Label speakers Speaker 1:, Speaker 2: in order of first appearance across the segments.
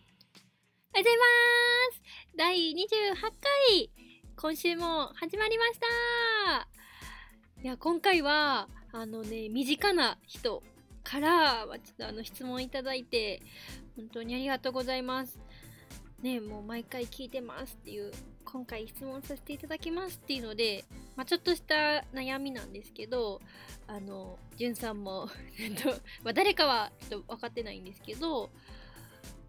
Speaker 1: ようございます第28回今週も始まりましたいや、今回は、あのね、身近な人から、まあちょっとあの質問いただいて、本当にありがとうございます。ね、もう毎回聞いてますっていう、今回質問させていただきますっていうので、まあ、ちょっとした悩みなんですけど、あの、じゅんさんも、 えっと、まあ、誰かはちょっと分かってないんですけど、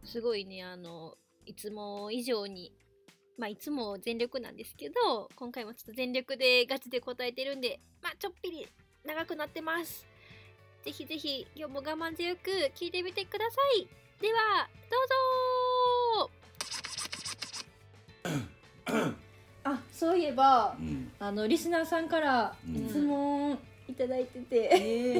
Speaker 1: すごいね、あの、いつも以上に、まあ、いつも全力なんですけど、今回もちょっと全力でガチで答えてるんで、まあ、ちょっぴり長くなってます。ぜひぜひ、今日も我慢強く聞いてみてください。では、どうぞ
Speaker 2: あそういえば
Speaker 3: うん、
Speaker 2: あのリスナーさんから
Speaker 3: うん
Speaker 2: 質問いただいてて、
Speaker 4: え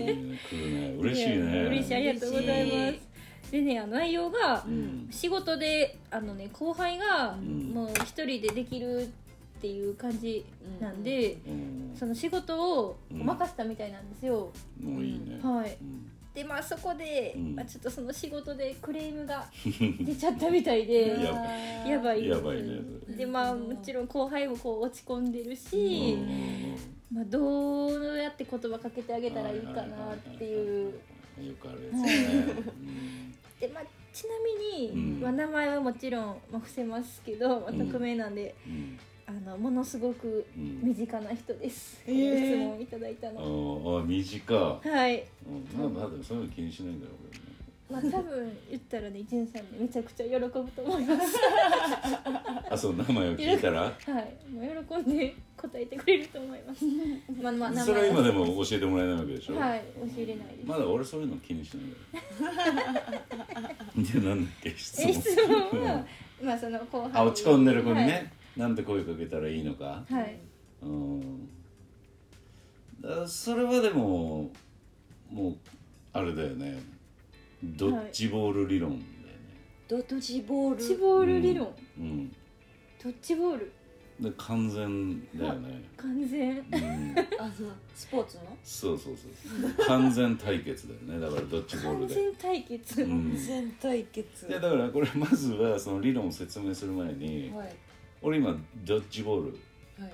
Speaker 4: え
Speaker 3: 来るね嬉しいね。
Speaker 2: 嬉しいありがとうござい
Speaker 4: 嬉
Speaker 2: ま
Speaker 4: し
Speaker 2: すでねあの内容が
Speaker 3: うん
Speaker 2: 仕事であのね後輩が
Speaker 3: ん
Speaker 2: もう一人でできるっていう感じなんで、
Speaker 3: うん
Speaker 2: その仕事を
Speaker 3: うん
Speaker 2: 任せたみたいなんですよ、
Speaker 3: もういいね。
Speaker 2: はい
Speaker 3: うん
Speaker 2: でまあそこで、
Speaker 3: うん
Speaker 2: まあ、ちょっとその仕事でクレーム が出ちゃったみたいで
Speaker 3: や
Speaker 2: やばい
Speaker 3: やばいね。それ
Speaker 2: でまあもちろん後輩もこう落ち込んでるし、
Speaker 3: うん
Speaker 2: まあ、どうやって言葉かけてあげたらいいかなっていう。
Speaker 3: よくあるやつね。うん
Speaker 2: でまあ、ちなみに、
Speaker 3: うん
Speaker 2: まあ、名前はもちろん、まあ、伏せますけど、まあ、
Speaker 3: うん
Speaker 2: 匿名なんで、
Speaker 3: うん
Speaker 2: あのものすごく
Speaker 3: うん
Speaker 2: 身近な人です、
Speaker 4: えー
Speaker 2: 質問いただいた
Speaker 3: あ
Speaker 2: の
Speaker 3: ーあー短。
Speaker 2: はい
Speaker 3: うんまあまあでもそういうの気にしないんだろうけどね。
Speaker 2: まあ多分言ったらね潤さんにめちゃくちゃ喜ぶと思います
Speaker 3: あそう名前を聞いたら。
Speaker 2: はいもう喜んで答えてくれると思いますまあまあ名
Speaker 3: それ
Speaker 2: 前
Speaker 3: は今
Speaker 2: は
Speaker 3: でも教えてもらえないわけでしょ。
Speaker 2: はい教えれないです
Speaker 3: まだ俺そういうの気にしない から。じゃあなんだっけ質
Speaker 2: え
Speaker 3: 問。
Speaker 2: 質問はまあその後輩
Speaker 3: あ落ち込んでる子にね、なんて声かけたらいいのか、
Speaker 2: はい、はい
Speaker 3: うんだそれはでももうあれだよねドッジボール理論だよね、
Speaker 4: ドッジボー
Speaker 2: ド
Speaker 4: ル
Speaker 2: ッジボール理論、
Speaker 3: うん
Speaker 2: ドッジボール
Speaker 3: で完全だよね、
Speaker 2: 完全
Speaker 3: うん、
Speaker 4: あのスポーツの
Speaker 3: そうそうそう完全対決だよねだからドッジボー
Speaker 2: 完
Speaker 3: ルで、
Speaker 2: 全対決、
Speaker 3: うん、い
Speaker 4: 全対決
Speaker 3: やだからこれまずはその理論を説明する前に、
Speaker 4: はいはい
Speaker 3: 俺今ドッジボール
Speaker 2: はい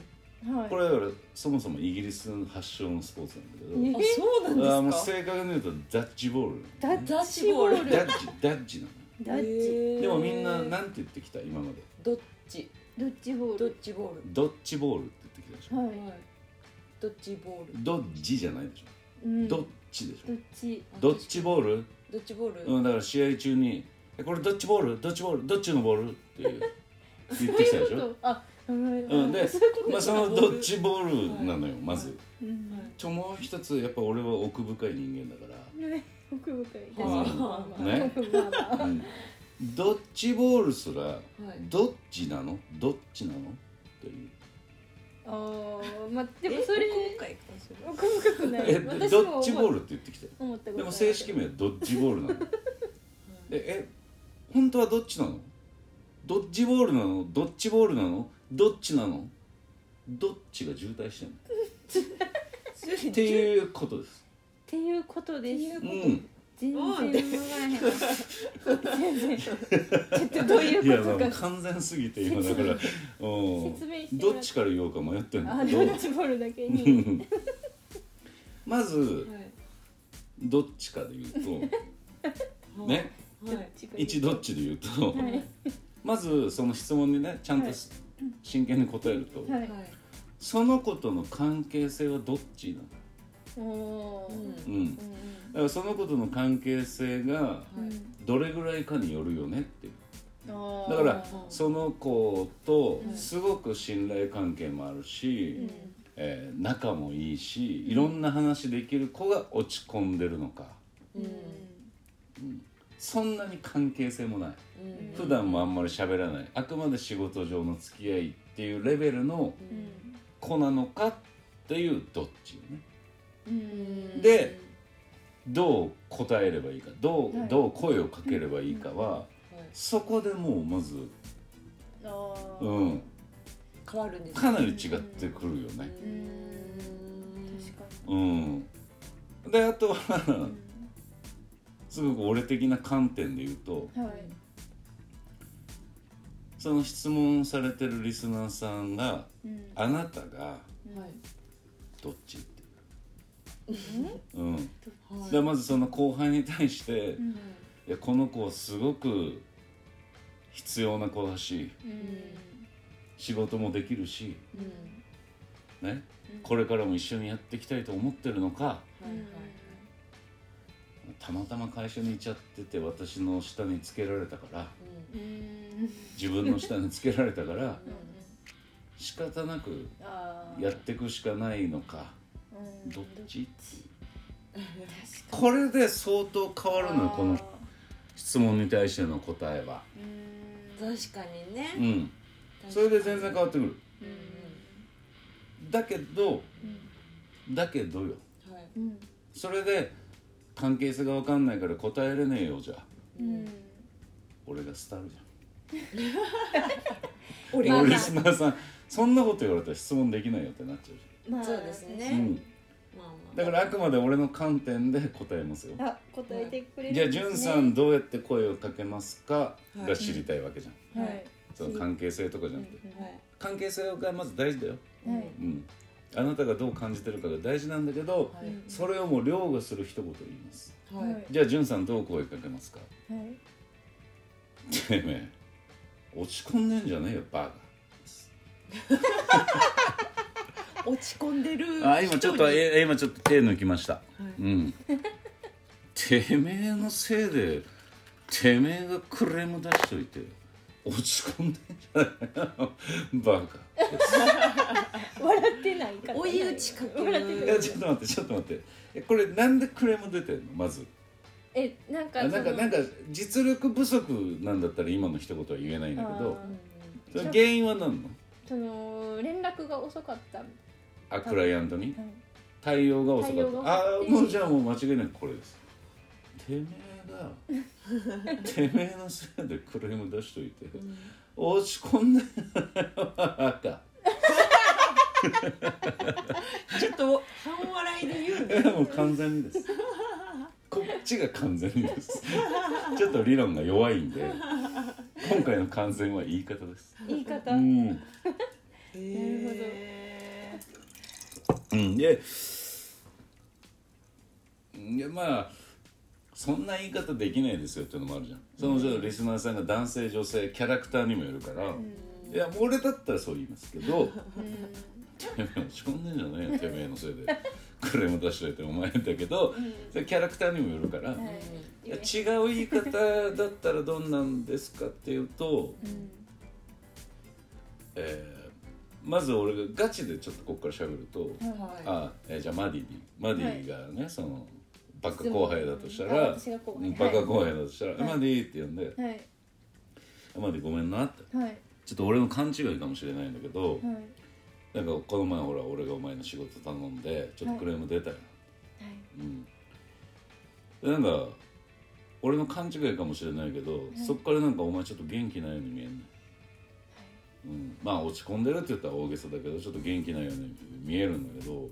Speaker 3: これだからそもそもイギリス発祥のスポーツなんだけど、
Speaker 2: え
Speaker 4: あそう
Speaker 3: あ
Speaker 4: な
Speaker 3: ー
Speaker 4: ん
Speaker 3: も
Speaker 4: で
Speaker 3: う
Speaker 4: すか
Speaker 3: 正確に言うとダッジボール
Speaker 2: ダッ
Speaker 4: ダッ
Speaker 2: チ
Speaker 4: シュ
Speaker 2: ボ
Speaker 4: ボ
Speaker 2: ー
Speaker 4: ー
Speaker 2: ル
Speaker 4: ル
Speaker 3: ダッジダッジなの
Speaker 2: ダッチ、
Speaker 4: へー
Speaker 3: でもみんななんて言ってきた今まで
Speaker 4: ドッジ
Speaker 2: ドッジボー
Speaker 4: ド
Speaker 2: ル
Speaker 4: ッジボール
Speaker 3: ドッジボールって言ってきたでしょ
Speaker 2: はい、
Speaker 4: はいドッジボール
Speaker 3: ドッジじゃないでしょ
Speaker 2: うん、
Speaker 3: ド
Speaker 2: ど
Speaker 3: ッジでしょ
Speaker 2: っち
Speaker 4: あ
Speaker 3: ドッジボール
Speaker 4: ドッジボール
Speaker 3: うんだから試合中にえこれドッジボールドッジボールどっちのボールっていう言ってきたで しょ
Speaker 2: あ、うん、
Speaker 3: うんで
Speaker 2: そういうこと
Speaker 3: まあそのドッジボールなのよ
Speaker 4: はい
Speaker 3: まず
Speaker 2: うん
Speaker 4: はい
Speaker 3: ちょもう一つやっぱ俺は奥深い人間だか
Speaker 2: ね奥深い確かに
Speaker 3: は
Speaker 2: まあまあ
Speaker 3: ね
Speaker 2: まあまあ
Speaker 3: ら、うん、ドッジボールすら
Speaker 4: はい
Speaker 3: どっちなのどっちなのっていう
Speaker 2: あーまあでもそれ
Speaker 4: 今回かそれ
Speaker 2: 奥深くない
Speaker 3: え
Speaker 2: 私
Speaker 3: ド
Speaker 2: も
Speaker 3: ッジボールって言ってきたよ
Speaker 2: 思ったこと
Speaker 3: でも正式名はドッジボールなのでえ本当はどっちなのドッジボールなのドッジボールなのどっちなのどっちが渋滞してんの
Speaker 4: っ
Speaker 3: って
Speaker 4: う
Speaker 3: いうことです
Speaker 2: っていうことです
Speaker 3: うん
Speaker 2: 全然
Speaker 4: うん
Speaker 2: わからへん全然ちょっとどう
Speaker 3: い
Speaker 2: い
Speaker 3: や
Speaker 2: う
Speaker 3: ま
Speaker 2: こ
Speaker 3: あ
Speaker 2: とか
Speaker 3: 完全すぎて今だからうん
Speaker 2: 説明してもらっ
Speaker 3: どっちから言おうか迷ってるん
Speaker 2: あ
Speaker 3: だけ
Speaker 2: ド
Speaker 3: ど
Speaker 2: ッジボールだけ
Speaker 3: う
Speaker 2: に
Speaker 3: ん まず
Speaker 4: はい
Speaker 3: どっちかで言うとね
Speaker 4: はい
Speaker 3: 一どっちで言うと
Speaker 2: はい
Speaker 3: まずその質問にねちゃんとし真剣に答えると、
Speaker 2: は
Speaker 4: はい
Speaker 2: い
Speaker 3: その子との関係性はどっちなの
Speaker 2: おー
Speaker 4: うん
Speaker 3: う
Speaker 4: は
Speaker 3: んだからその子との関係性が
Speaker 2: うん
Speaker 4: い
Speaker 3: どれぐらいかによるよねって
Speaker 2: あー
Speaker 3: だからその子と
Speaker 4: うん
Speaker 3: すごく信頼関係もあるし、
Speaker 2: うん
Speaker 3: えー仲もいいしいろんな話できる子が落ち込んでるのか
Speaker 4: うん
Speaker 3: そんなに関係性もない
Speaker 4: うん
Speaker 3: 普段もあんまり喋らないあくまで仕事上の付き合いっていうレベルの子なのかっていうどっちよね
Speaker 2: うんうん
Speaker 3: でどう答えればいいかどう,、
Speaker 2: はい
Speaker 3: どう声をかければいいかは、
Speaker 4: はい
Speaker 3: そこでもうまず、
Speaker 2: あー
Speaker 3: うん、
Speaker 4: 変わるんです
Speaker 3: かなり違ってくるよね。
Speaker 4: うん
Speaker 2: 確か
Speaker 3: うん、であとは
Speaker 2: に、
Speaker 3: すごく俺的な観点で言うと
Speaker 2: うんはい
Speaker 3: その質問されてるリスナーさんが
Speaker 2: うん
Speaker 3: あなたが
Speaker 4: はい
Speaker 3: どっちっていう、うん、だか
Speaker 4: はい
Speaker 3: らまずその後輩に対して、
Speaker 2: う
Speaker 3: い
Speaker 2: ん
Speaker 3: やこの子はすごく必要な子だし
Speaker 2: うん
Speaker 3: 仕事もできるし、
Speaker 4: うん
Speaker 3: ね
Speaker 2: うん、
Speaker 3: これからも一緒にやっていきたいと思ってるのか
Speaker 4: はいはい
Speaker 3: たまたま会社にいちゃってて私の下につけられたから
Speaker 4: うん
Speaker 2: うん
Speaker 3: 自分の下につけられたから
Speaker 4: うん
Speaker 3: 仕方なく
Speaker 2: あー
Speaker 3: やっていくしかないのか
Speaker 2: うん
Speaker 3: どっち
Speaker 4: 確か
Speaker 3: これで相当変わるのよ
Speaker 2: あー
Speaker 3: この質問に対しての答えは
Speaker 2: うん
Speaker 4: に確かにね
Speaker 3: うん
Speaker 4: 確かに
Speaker 3: それで全然変わってくる
Speaker 4: うん
Speaker 3: だけど
Speaker 2: うん
Speaker 3: だけどよ
Speaker 4: うんはい
Speaker 2: うん
Speaker 3: それで関係性が分かんないから答えれねえよじゃあ
Speaker 2: うん
Speaker 3: 俺がスタルじゃ
Speaker 4: 俺
Speaker 3: ん
Speaker 4: が
Speaker 3: 俺リスナーさんそんなこと言われたら質問できないよってなっちゃう
Speaker 2: まあ
Speaker 4: そうですね
Speaker 3: じゃん、うん
Speaker 4: まあまあ
Speaker 3: だからあくまで俺の観点で答えますよ
Speaker 2: あ答えてくれる
Speaker 3: じゃあ
Speaker 2: んですね
Speaker 3: んさんどうやって声をかけますか
Speaker 4: はい
Speaker 3: が知りたいわけじゃん、
Speaker 2: はい
Speaker 3: その関係性とかじゃなくて
Speaker 4: はい
Speaker 3: 関係性がまず大事だよ、
Speaker 2: はい
Speaker 3: うん、あなたがどう感じてるかが大事なんだけど
Speaker 4: はい
Speaker 3: それをもう凌駕する一言言います
Speaker 4: はいはい
Speaker 3: じゃあんさんどう声かけますか
Speaker 2: はい
Speaker 3: てめえ落ち込んでんじゃねえよバ
Speaker 4: 落ち込んでる
Speaker 3: カあ今ちょっと
Speaker 4: 人に
Speaker 3: え今ちょっと手抜きましたうんてめえのせいでてめえがクレーム出しといて落ち込んでんじゃねえよバカ
Speaker 2: 笑ってないから
Speaker 4: 追い打ちかけ
Speaker 2: 笑って
Speaker 3: い
Speaker 2: ない
Speaker 3: やちょっと待ってちょっと待ってえこれなんでクレーム出てんのまず
Speaker 2: えなん
Speaker 3: あ
Speaker 2: か
Speaker 3: なんかなん
Speaker 2: か
Speaker 3: か実力不足なんだったら今の一言は言えないんだけどその原因は何なの
Speaker 2: その連絡が遅かった、はい、
Speaker 3: あクライアントに対応が遅か
Speaker 2: 対
Speaker 3: っ
Speaker 2: 応が遅
Speaker 3: たあ
Speaker 2: く
Speaker 3: あ
Speaker 2: て
Speaker 3: もうじゃあもう間違いなくこれですてめえが てめえのせいでクレーム出しといて落ち込んで赤
Speaker 4: ちょっと半笑いで言うね
Speaker 3: もう完全にですこっちが完全にですちょっと理論が弱いんで今回の完全は言い方です
Speaker 2: 言い方、
Speaker 3: うん
Speaker 4: なるほ
Speaker 3: うん、でいやまあそんな言い方できないですよっていうのもあるじゃんそのちょっとリスナーさんが男性女性キャラクターにもよるから、いや俺だったらそう言いますけど「てめえ落ち込んでんじゃねえよてめえのせいでクレーム出しといてお前」だけど、それキャラクターにもよるから、
Speaker 2: はい
Speaker 3: いや違う言い方だったらどんなんですかっていうと、えーまず俺がガチでちょっとここから喋ると。
Speaker 4: はい
Speaker 3: あえーじゃあマディにマディがね、そのバカ後輩だとした
Speaker 2: あ
Speaker 3: ら
Speaker 2: 私が後
Speaker 3: う
Speaker 2: 輩
Speaker 3: んバカ後輩だとしたら「
Speaker 2: い
Speaker 3: マディ」って呼んで
Speaker 2: はい
Speaker 3: 「マディごめんな」って
Speaker 2: はい
Speaker 3: ちょっと俺の勘違いかもしれないんだけど、
Speaker 2: はい
Speaker 3: なんかこの前ほら俺がお前の仕事頼んでちょっとクレーム出たよ、うんでなんか俺の勘違いかもしれないけど、そっからなんかお前ちょっと元気ないように見えんねんうん、まあ落ち込んでるって言ったら大げさだけどちょっと元気ないように見えるんだけど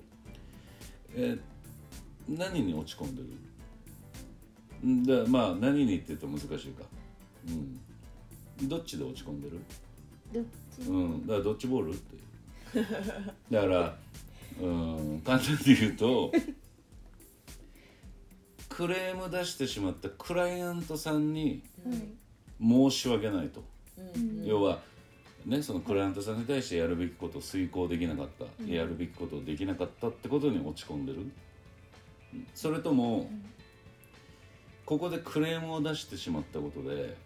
Speaker 3: え何に落ち込んでるんだまあ何にって言うと難しいかうんどっちで落ち込んでる
Speaker 2: どっ
Speaker 3: うんだからどっちボールってだからうん簡単に言うとクレーム出してしまったクライアントさんに申し訳ないと。要は、ね、そのクライアントさんに対してやるべきことを遂行できなかった、やるべきことをできなかったってことに落ち込んでるそれとも、ここでクレームを出してしまったことで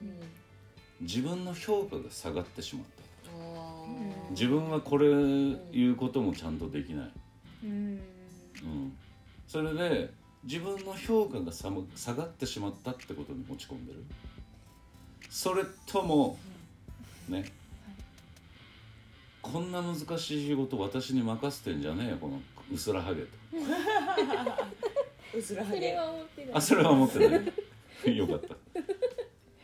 Speaker 3: 自分の評価が下がってしまった自分はこれ言うこともちゃんとできない、
Speaker 2: うん
Speaker 3: うん、それで自分の評価が下ま下がってしまったってことに落ち込んでるそれともねこんな難しい仕事私に任せてんじゃねえよこのうすらはげと
Speaker 4: うずらは
Speaker 2: それ
Speaker 4: げ
Speaker 2: は思ってない
Speaker 3: あそれは思ってない よかったっ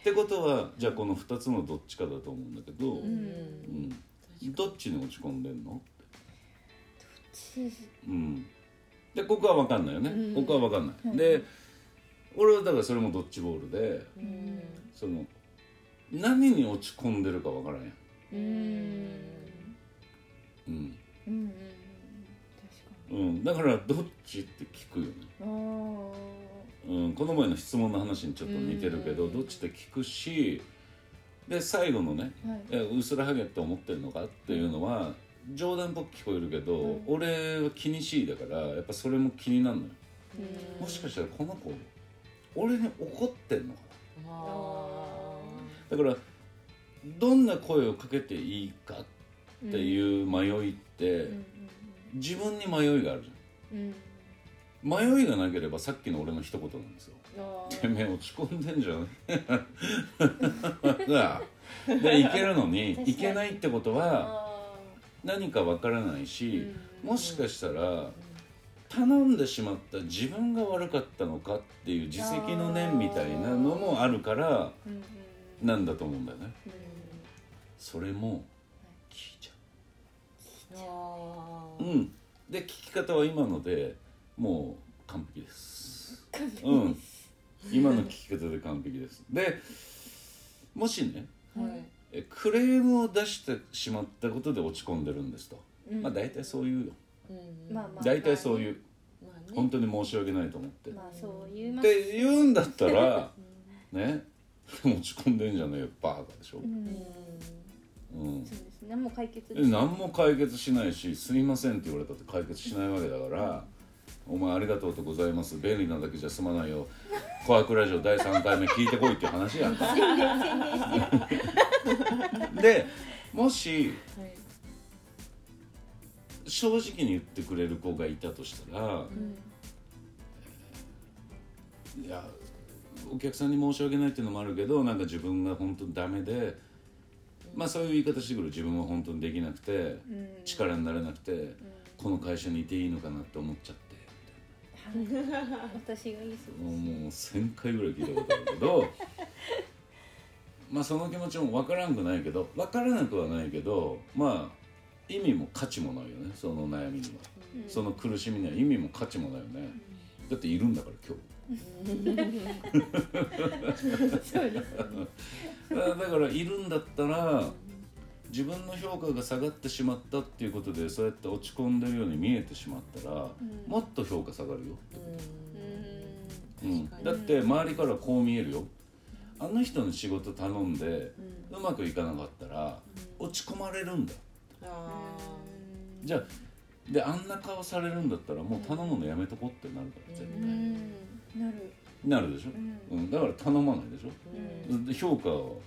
Speaker 3: てことはじゃあこの2つのどっちかだと思うんだけど、
Speaker 4: う
Speaker 3: うんん、どっちに落ち込んでんの
Speaker 2: ち
Speaker 3: うん、でここは分かんないよね、
Speaker 4: うん
Speaker 3: ここは分かんない、で俺はだからそれもドッジボールで
Speaker 4: うん
Speaker 3: その何に落ち込んでるかわからへん、
Speaker 2: うん
Speaker 3: うん
Speaker 2: うんうん
Speaker 3: うん、だからどっちって聞くよね、
Speaker 2: 確かに
Speaker 3: うん、この前の質問の話にちょっと似てるけど
Speaker 2: うん
Speaker 3: どっちって聞くしで最後のね
Speaker 2: ああはい
Speaker 3: 「えうすらハゲって思ってるのか?」っていうのは冗談っぽく聞こえるけど、
Speaker 2: うん
Speaker 3: 俺は気にしいだからやっぱそれも気になるのよ
Speaker 2: うん
Speaker 3: もしかしたらこの子俺に怒ってんのか
Speaker 4: あ
Speaker 3: なだからどんな声をかけていいかっていう迷いって、
Speaker 2: うん
Speaker 3: 自分に迷いがあるじ
Speaker 2: うんうん
Speaker 3: ゃん迷いがなければさっきの俺の一言なんですよ
Speaker 2: あ
Speaker 3: てめえ落ち込んでん じゃねえなあでいけるの に
Speaker 2: 確かに
Speaker 3: いけないってことは
Speaker 2: あ
Speaker 3: 何かわからない
Speaker 2: ー
Speaker 3: し、
Speaker 2: うん
Speaker 3: もしかしたら頼んでしまった自分が悪かったのかっていう自責の念みたいなのもあるから
Speaker 2: うんうんうん
Speaker 3: なんだと思うんだよね
Speaker 2: うん
Speaker 3: それも聞いちゃ
Speaker 4: あ
Speaker 3: ううんで聞き方は今のでもう完璧です
Speaker 2: 完璧
Speaker 3: うん今の聞き方で完璧ですでもしね
Speaker 4: はい
Speaker 3: えクレームを出してしまったことで落ち込んでるんですと、
Speaker 2: うん
Speaker 3: まあ大体そう言うよ
Speaker 4: うん
Speaker 2: まあまあ
Speaker 3: 大体そういう
Speaker 4: まあね
Speaker 3: 本当に申し訳ないと思って、
Speaker 2: まあそう言いま
Speaker 3: っ
Speaker 2: す
Speaker 3: て言うんだった らね落ち込んでんじゃねえよバカでしょ
Speaker 2: う、ん
Speaker 3: うん
Speaker 2: そうですねもう解決
Speaker 3: え何も解決しないし「すいません」って言われたって解決しないわけだから「お前ありがとうとございます便利なだけじゃ済まないよ「コアクラジオ」第3回目聞いてこいっていう話やんかでもし
Speaker 4: はい
Speaker 3: 正直に言ってくれる子がいたとしたら
Speaker 2: う、ん
Speaker 3: いやお客さんに申し訳ないっていうのもあるけどなんか自分が本当にダメでまあそういう言い方してくる自分は本当にできなくて
Speaker 2: うん
Speaker 3: 力になれなくて
Speaker 2: うん
Speaker 3: この会社にいていいのかなって思っちゃって
Speaker 2: はい私がいいそう
Speaker 3: もう
Speaker 2: で
Speaker 3: もう1,000回ぐらい聞いたことあるけ どまあその気持ちも分からんくないけど分からなくはないけどまあ意味も価値もないよねその悩みには、
Speaker 2: す
Speaker 3: その苦しみには意味も価値もないよねだっているんだから今日。
Speaker 2: そうです
Speaker 3: だ だからいるんだったら自分の評価が下がってしまったっていうことでそうやって落ち込んでるように見えてしまったら、
Speaker 2: うん
Speaker 3: もっと評価下がるよ、
Speaker 2: うん
Speaker 3: うん
Speaker 4: 確かに
Speaker 3: だって周りからこう見えるよあの人の仕事頼んでうまくいかなかったら落ち込まれるんだ
Speaker 4: あ
Speaker 3: じゃあであんな顔されるんだったらもう頼むのやめとこってなるから絶
Speaker 2: う
Speaker 3: 対、
Speaker 2: んなる
Speaker 3: なるでしょ
Speaker 2: う、ん
Speaker 3: うん、だから頼まないでしょ
Speaker 4: ー
Speaker 2: うん
Speaker 3: で評価を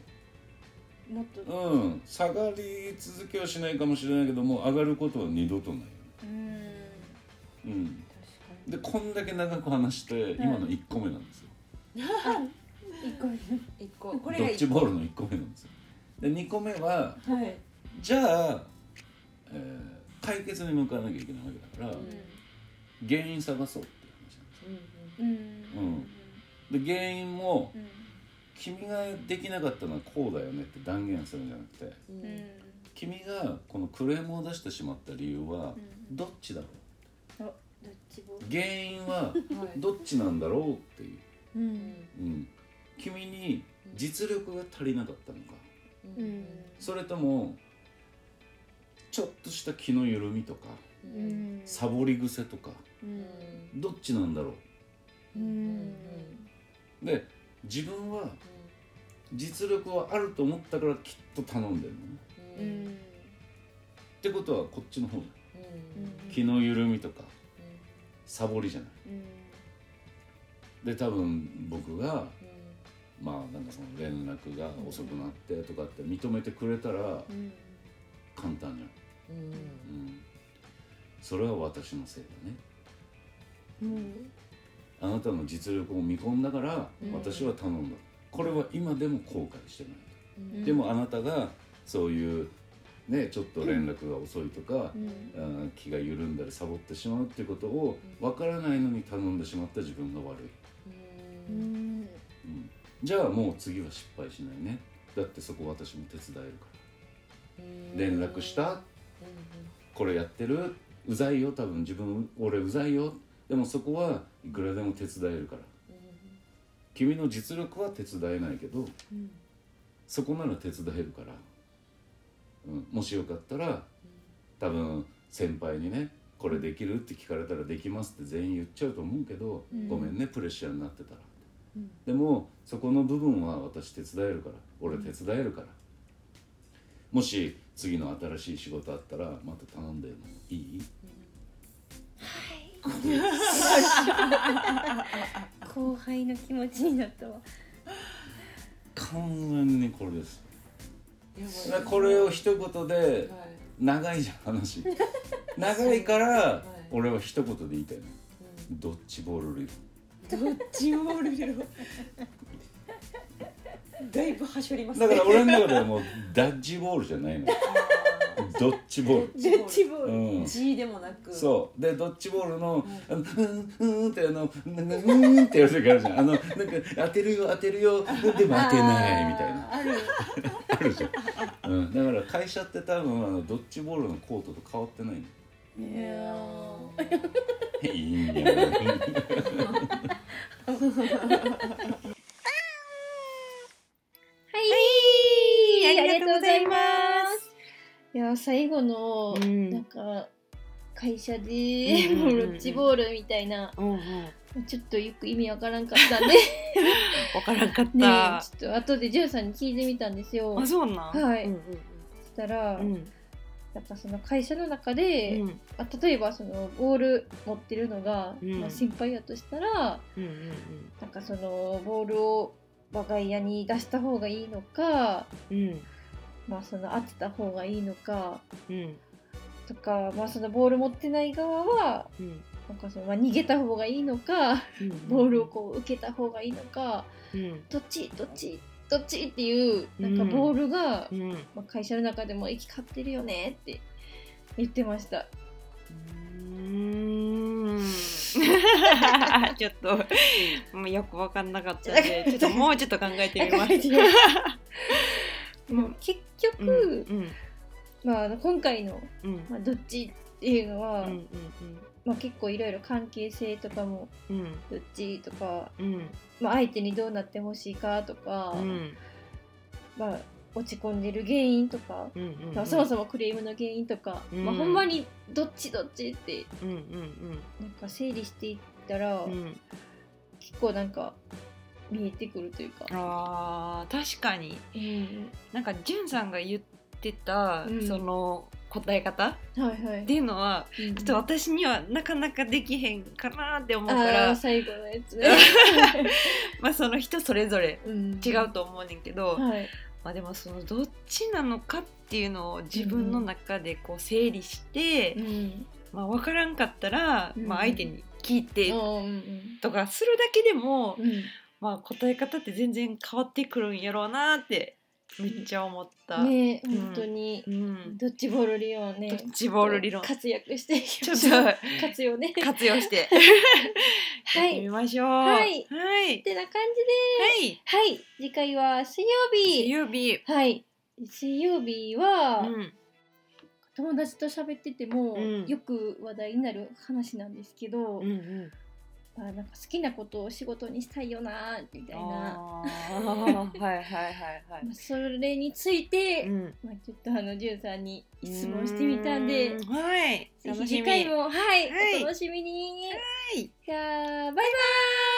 Speaker 2: もっと
Speaker 3: うん下がり続けはしないかもしれないけどもう上がることは二度とないよね
Speaker 2: うん
Speaker 3: うん、
Speaker 2: 確
Speaker 3: でこんだけ長く話して今の1個目なんですよ、
Speaker 2: かに一個目
Speaker 4: 一個これ
Speaker 3: ド
Speaker 4: が
Speaker 3: ッジ
Speaker 4: 一
Speaker 3: ボールの1個目なんですよで2個目は
Speaker 4: 個はい
Speaker 3: じゃあ、えー解決に向かわなきゃいけないわけだから、原因探そうっていう話なんです
Speaker 2: うんうん
Speaker 3: よで原因も
Speaker 2: うん
Speaker 3: 君ができなかったのはこうだよねって断言するんじゃなくて
Speaker 2: うんうん
Speaker 3: 君がこのクレームを出してしまった理由は
Speaker 2: うん
Speaker 3: どっちだろう
Speaker 2: あどっちも
Speaker 3: 原因は
Speaker 4: はい
Speaker 3: どっちなんだろうってい
Speaker 2: う
Speaker 3: う、
Speaker 4: うんん
Speaker 3: うん、君に実力が足りなかったのか
Speaker 2: う
Speaker 4: うんん
Speaker 3: それともちょっとした気の緩みとか
Speaker 4: う
Speaker 2: うんん
Speaker 3: サボり癖とか
Speaker 2: うん
Speaker 3: どっちなんだろ
Speaker 2: う
Speaker 4: うん
Speaker 2: ん
Speaker 3: うで自分は実力はあると思ったからきっと頼んでるのね
Speaker 2: う
Speaker 4: うん
Speaker 2: ん
Speaker 3: ってことはこっちの方
Speaker 2: う
Speaker 3: だ
Speaker 2: ん
Speaker 3: 気の緩みとかサボりじゃないで多分僕がまあなんかその連絡が遅くなってとかって認めてくれたら
Speaker 2: うん
Speaker 3: 簡単じゃん、うん、それは私のせいだね
Speaker 2: うん
Speaker 3: あなたの実力を見込んだから
Speaker 4: うん
Speaker 3: 私は頼んだ、これは今でも後悔してない、
Speaker 2: うん
Speaker 3: でもあなたがそういうねちょっと連絡が遅いとか
Speaker 2: う、ん
Speaker 3: あー気が緩んだりサボってしまうっていうことを分からないのに頼んでしまった自分が悪
Speaker 2: う
Speaker 3: い、
Speaker 2: ん
Speaker 3: うん、じゃあもう次は失敗しないねだってそこ私も手伝えるから連絡したこれやってるうざいよ多分自分俺うざいよでもそこはいくらでも手伝えるから君の実力は手伝えないけどそこなら手伝えるから、うん、もしよかったら多分先輩にね「これできる?」って聞かれたら「できます」って全員言っちゃうと思うけど「
Speaker 2: うん
Speaker 3: ごめんねプレッシャーになってたら」
Speaker 2: うん
Speaker 3: でもそこの部分は私手伝えるから俺手伝えるから、もし次の新しい仕事あったらまた頼んでもいい
Speaker 2: 後輩の気持ちになったわ
Speaker 3: 完全にこれです
Speaker 5: いやもう
Speaker 3: だからこれを一言で
Speaker 5: はい
Speaker 3: 長いじゃん 話長いから
Speaker 5: い
Speaker 3: 俺は一言で言いたいの
Speaker 5: う
Speaker 3: ドッジボール理論
Speaker 5: んドッジボール理論だいぶはしょりますね
Speaker 3: だから俺の中ではもうダッジボールじゃないのドッジボール
Speaker 2: ジェッチボール、
Speaker 3: うん
Speaker 5: G でもなく
Speaker 3: そうでドッジボールの「あのうんうん」ってあの「なんかうん」ってやる時あるじゃんあのなんか当てるよ当てるよでも当てないみたいな
Speaker 5: ある
Speaker 3: あるじゃん、うん、だから会社って多分あのドッジボールのコートと変わってないの
Speaker 2: いや
Speaker 3: いいんじゃない
Speaker 2: ー
Speaker 4: はい、
Speaker 2: ありがとうございますいや最後の、
Speaker 5: うん
Speaker 2: なんか会社で、
Speaker 5: うんうんうんうん
Speaker 2: ロッジボールみたいな
Speaker 5: うんうん
Speaker 2: ちょっとよく意味わからんかったんでね
Speaker 5: わからんかっ
Speaker 2: えちょ
Speaker 5: た
Speaker 2: っと後でジュンさんに聞いてみたんですよ
Speaker 5: あ
Speaker 2: そし
Speaker 5: そうなん
Speaker 2: はい
Speaker 5: うん
Speaker 2: たら、
Speaker 5: うんうん
Speaker 2: なんかその会社の中で、
Speaker 5: うん
Speaker 2: まあ、例えばそのボール持ってるのが、
Speaker 5: うん
Speaker 2: まあ、先輩やとしたら
Speaker 5: うん
Speaker 2: なんかそのボールを我が家に出した方がいいのか、
Speaker 5: うんうん
Speaker 2: まあ、その当てた方がいいのか
Speaker 5: うん
Speaker 2: とか、まあ、そのボール持ってない側は
Speaker 5: うん
Speaker 2: なんかそのまあ逃げた方がいいのか
Speaker 5: うん
Speaker 2: ボールをこう受けた方がいいのか
Speaker 5: うん
Speaker 2: どっちどっちどっちっていうなん
Speaker 5: う
Speaker 2: か
Speaker 5: ん
Speaker 2: ボールが、
Speaker 5: うん
Speaker 2: まあ、会社の中でも行き交ってるよねって言ってました。
Speaker 5: うーんちょっともうよく分かんなかったんでちょっともうちょっと考えてみます
Speaker 2: もう結局、
Speaker 5: うんうん
Speaker 2: まああの、今回の、
Speaker 5: うん
Speaker 2: まあ、どっちっていうのは、
Speaker 5: うん
Speaker 2: まあ、結構いろいろ関係性とかも
Speaker 5: うんうん
Speaker 2: どっちとか、
Speaker 5: うん
Speaker 2: まあ、相手にどうなってほしいかとか、
Speaker 5: うん
Speaker 2: まあ、落ち込んでる原因とか、
Speaker 5: うんうんうん
Speaker 2: まあそもそもクレームの原因とか、
Speaker 5: うん
Speaker 2: まあ、ほんまにどっちどっちって
Speaker 5: うんうん
Speaker 2: なんか整理していったら、
Speaker 5: うんうん
Speaker 2: 結構なんか見えてくるというか。
Speaker 5: あー確かに
Speaker 2: うん
Speaker 5: なんかじゅんさんが言ってた、
Speaker 2: うん
Speaker 5: その答え方
Speaker 2: はいはい、
Speaker 5: っていうのは
Speaker 2: うん
Speaker 5: ちょっと私にはなかなかできへんかなって思う
Speaker 2: あ
Speaker 5: か
Speaker 2: ー
Speaker 5: ら
Speaker 2: 最後のやつね、
Speaker 5: まあその人それぞれ
Speaker 2: うん
Speaker 5: 違うと思うねんけど、
Speaker 2: はい、
Speaker 5: まあ、でもそのどっちなのかっていうのを自分の中でこう整理して、
Speaker 2: うん
Speaker 5: まあ、分からんかったら、
Speaker 2: うん
Speaker 5: まあ、相手に聞いて
Speaker 2: うん
Speaker 5: とかするだけでも、
Speaker 2: うんうん
Speaker 5: まあ、答え方って全然変わってくるんやろうなってめっちゃ思った。
Speaker 2: ねえ
Speaker 5: うん
Speaker 2: 本当に
Speaker 5: う、ん、
Speaker 2: ドッジボール理論ね
Speaker 5: ドッジボール理論
Speaker 2: 活躍していき
Speaker 5: ちょ
Speaker 2: ま
Speaker 5: っ
Speaker 2: しょう
Speaker 5: と
Speaker 2: 活用ね
Speaker 5: 活用して
Speaker 2: は
Speaker 5: やって
Speaker 2: い
Speaker 5: みましょう。
Speaker 2: はい
Speaker 5: はい。
Speaker 2: ってな感
Speaker 5: はい。
Speaker 2: じではい次回は水曜
Speaker 5: 水
Speaker 2: 日
Speaker 5: 曜日。
Speaker 2: はい水曜日は、
Speaker 5: うん。
Speaker 2: 友達と喋ってても、
Speaker 5: うん
Speaker 2: よく話題になる話なんですけど、
Speaker 5: うん。
Speaker 2: まあ、なんか好きなことを仕事にしたいよなみたいな
Speaker 5: ああ。はいはいはいは
Speaker 2: まあそれについて、
Speaker 5: い。 ん。
Speaker 2: まあ、ちょっとあのじゅんさんに質問してみたんで
Speaker 5: うーん。はい。
Speaker 2: ぜひ次回も、はい、
Speaker 5: はい
Speaker 2: お楽しみに。
Speaker 5: い
Speaker 2: じゃあ、バイバーイ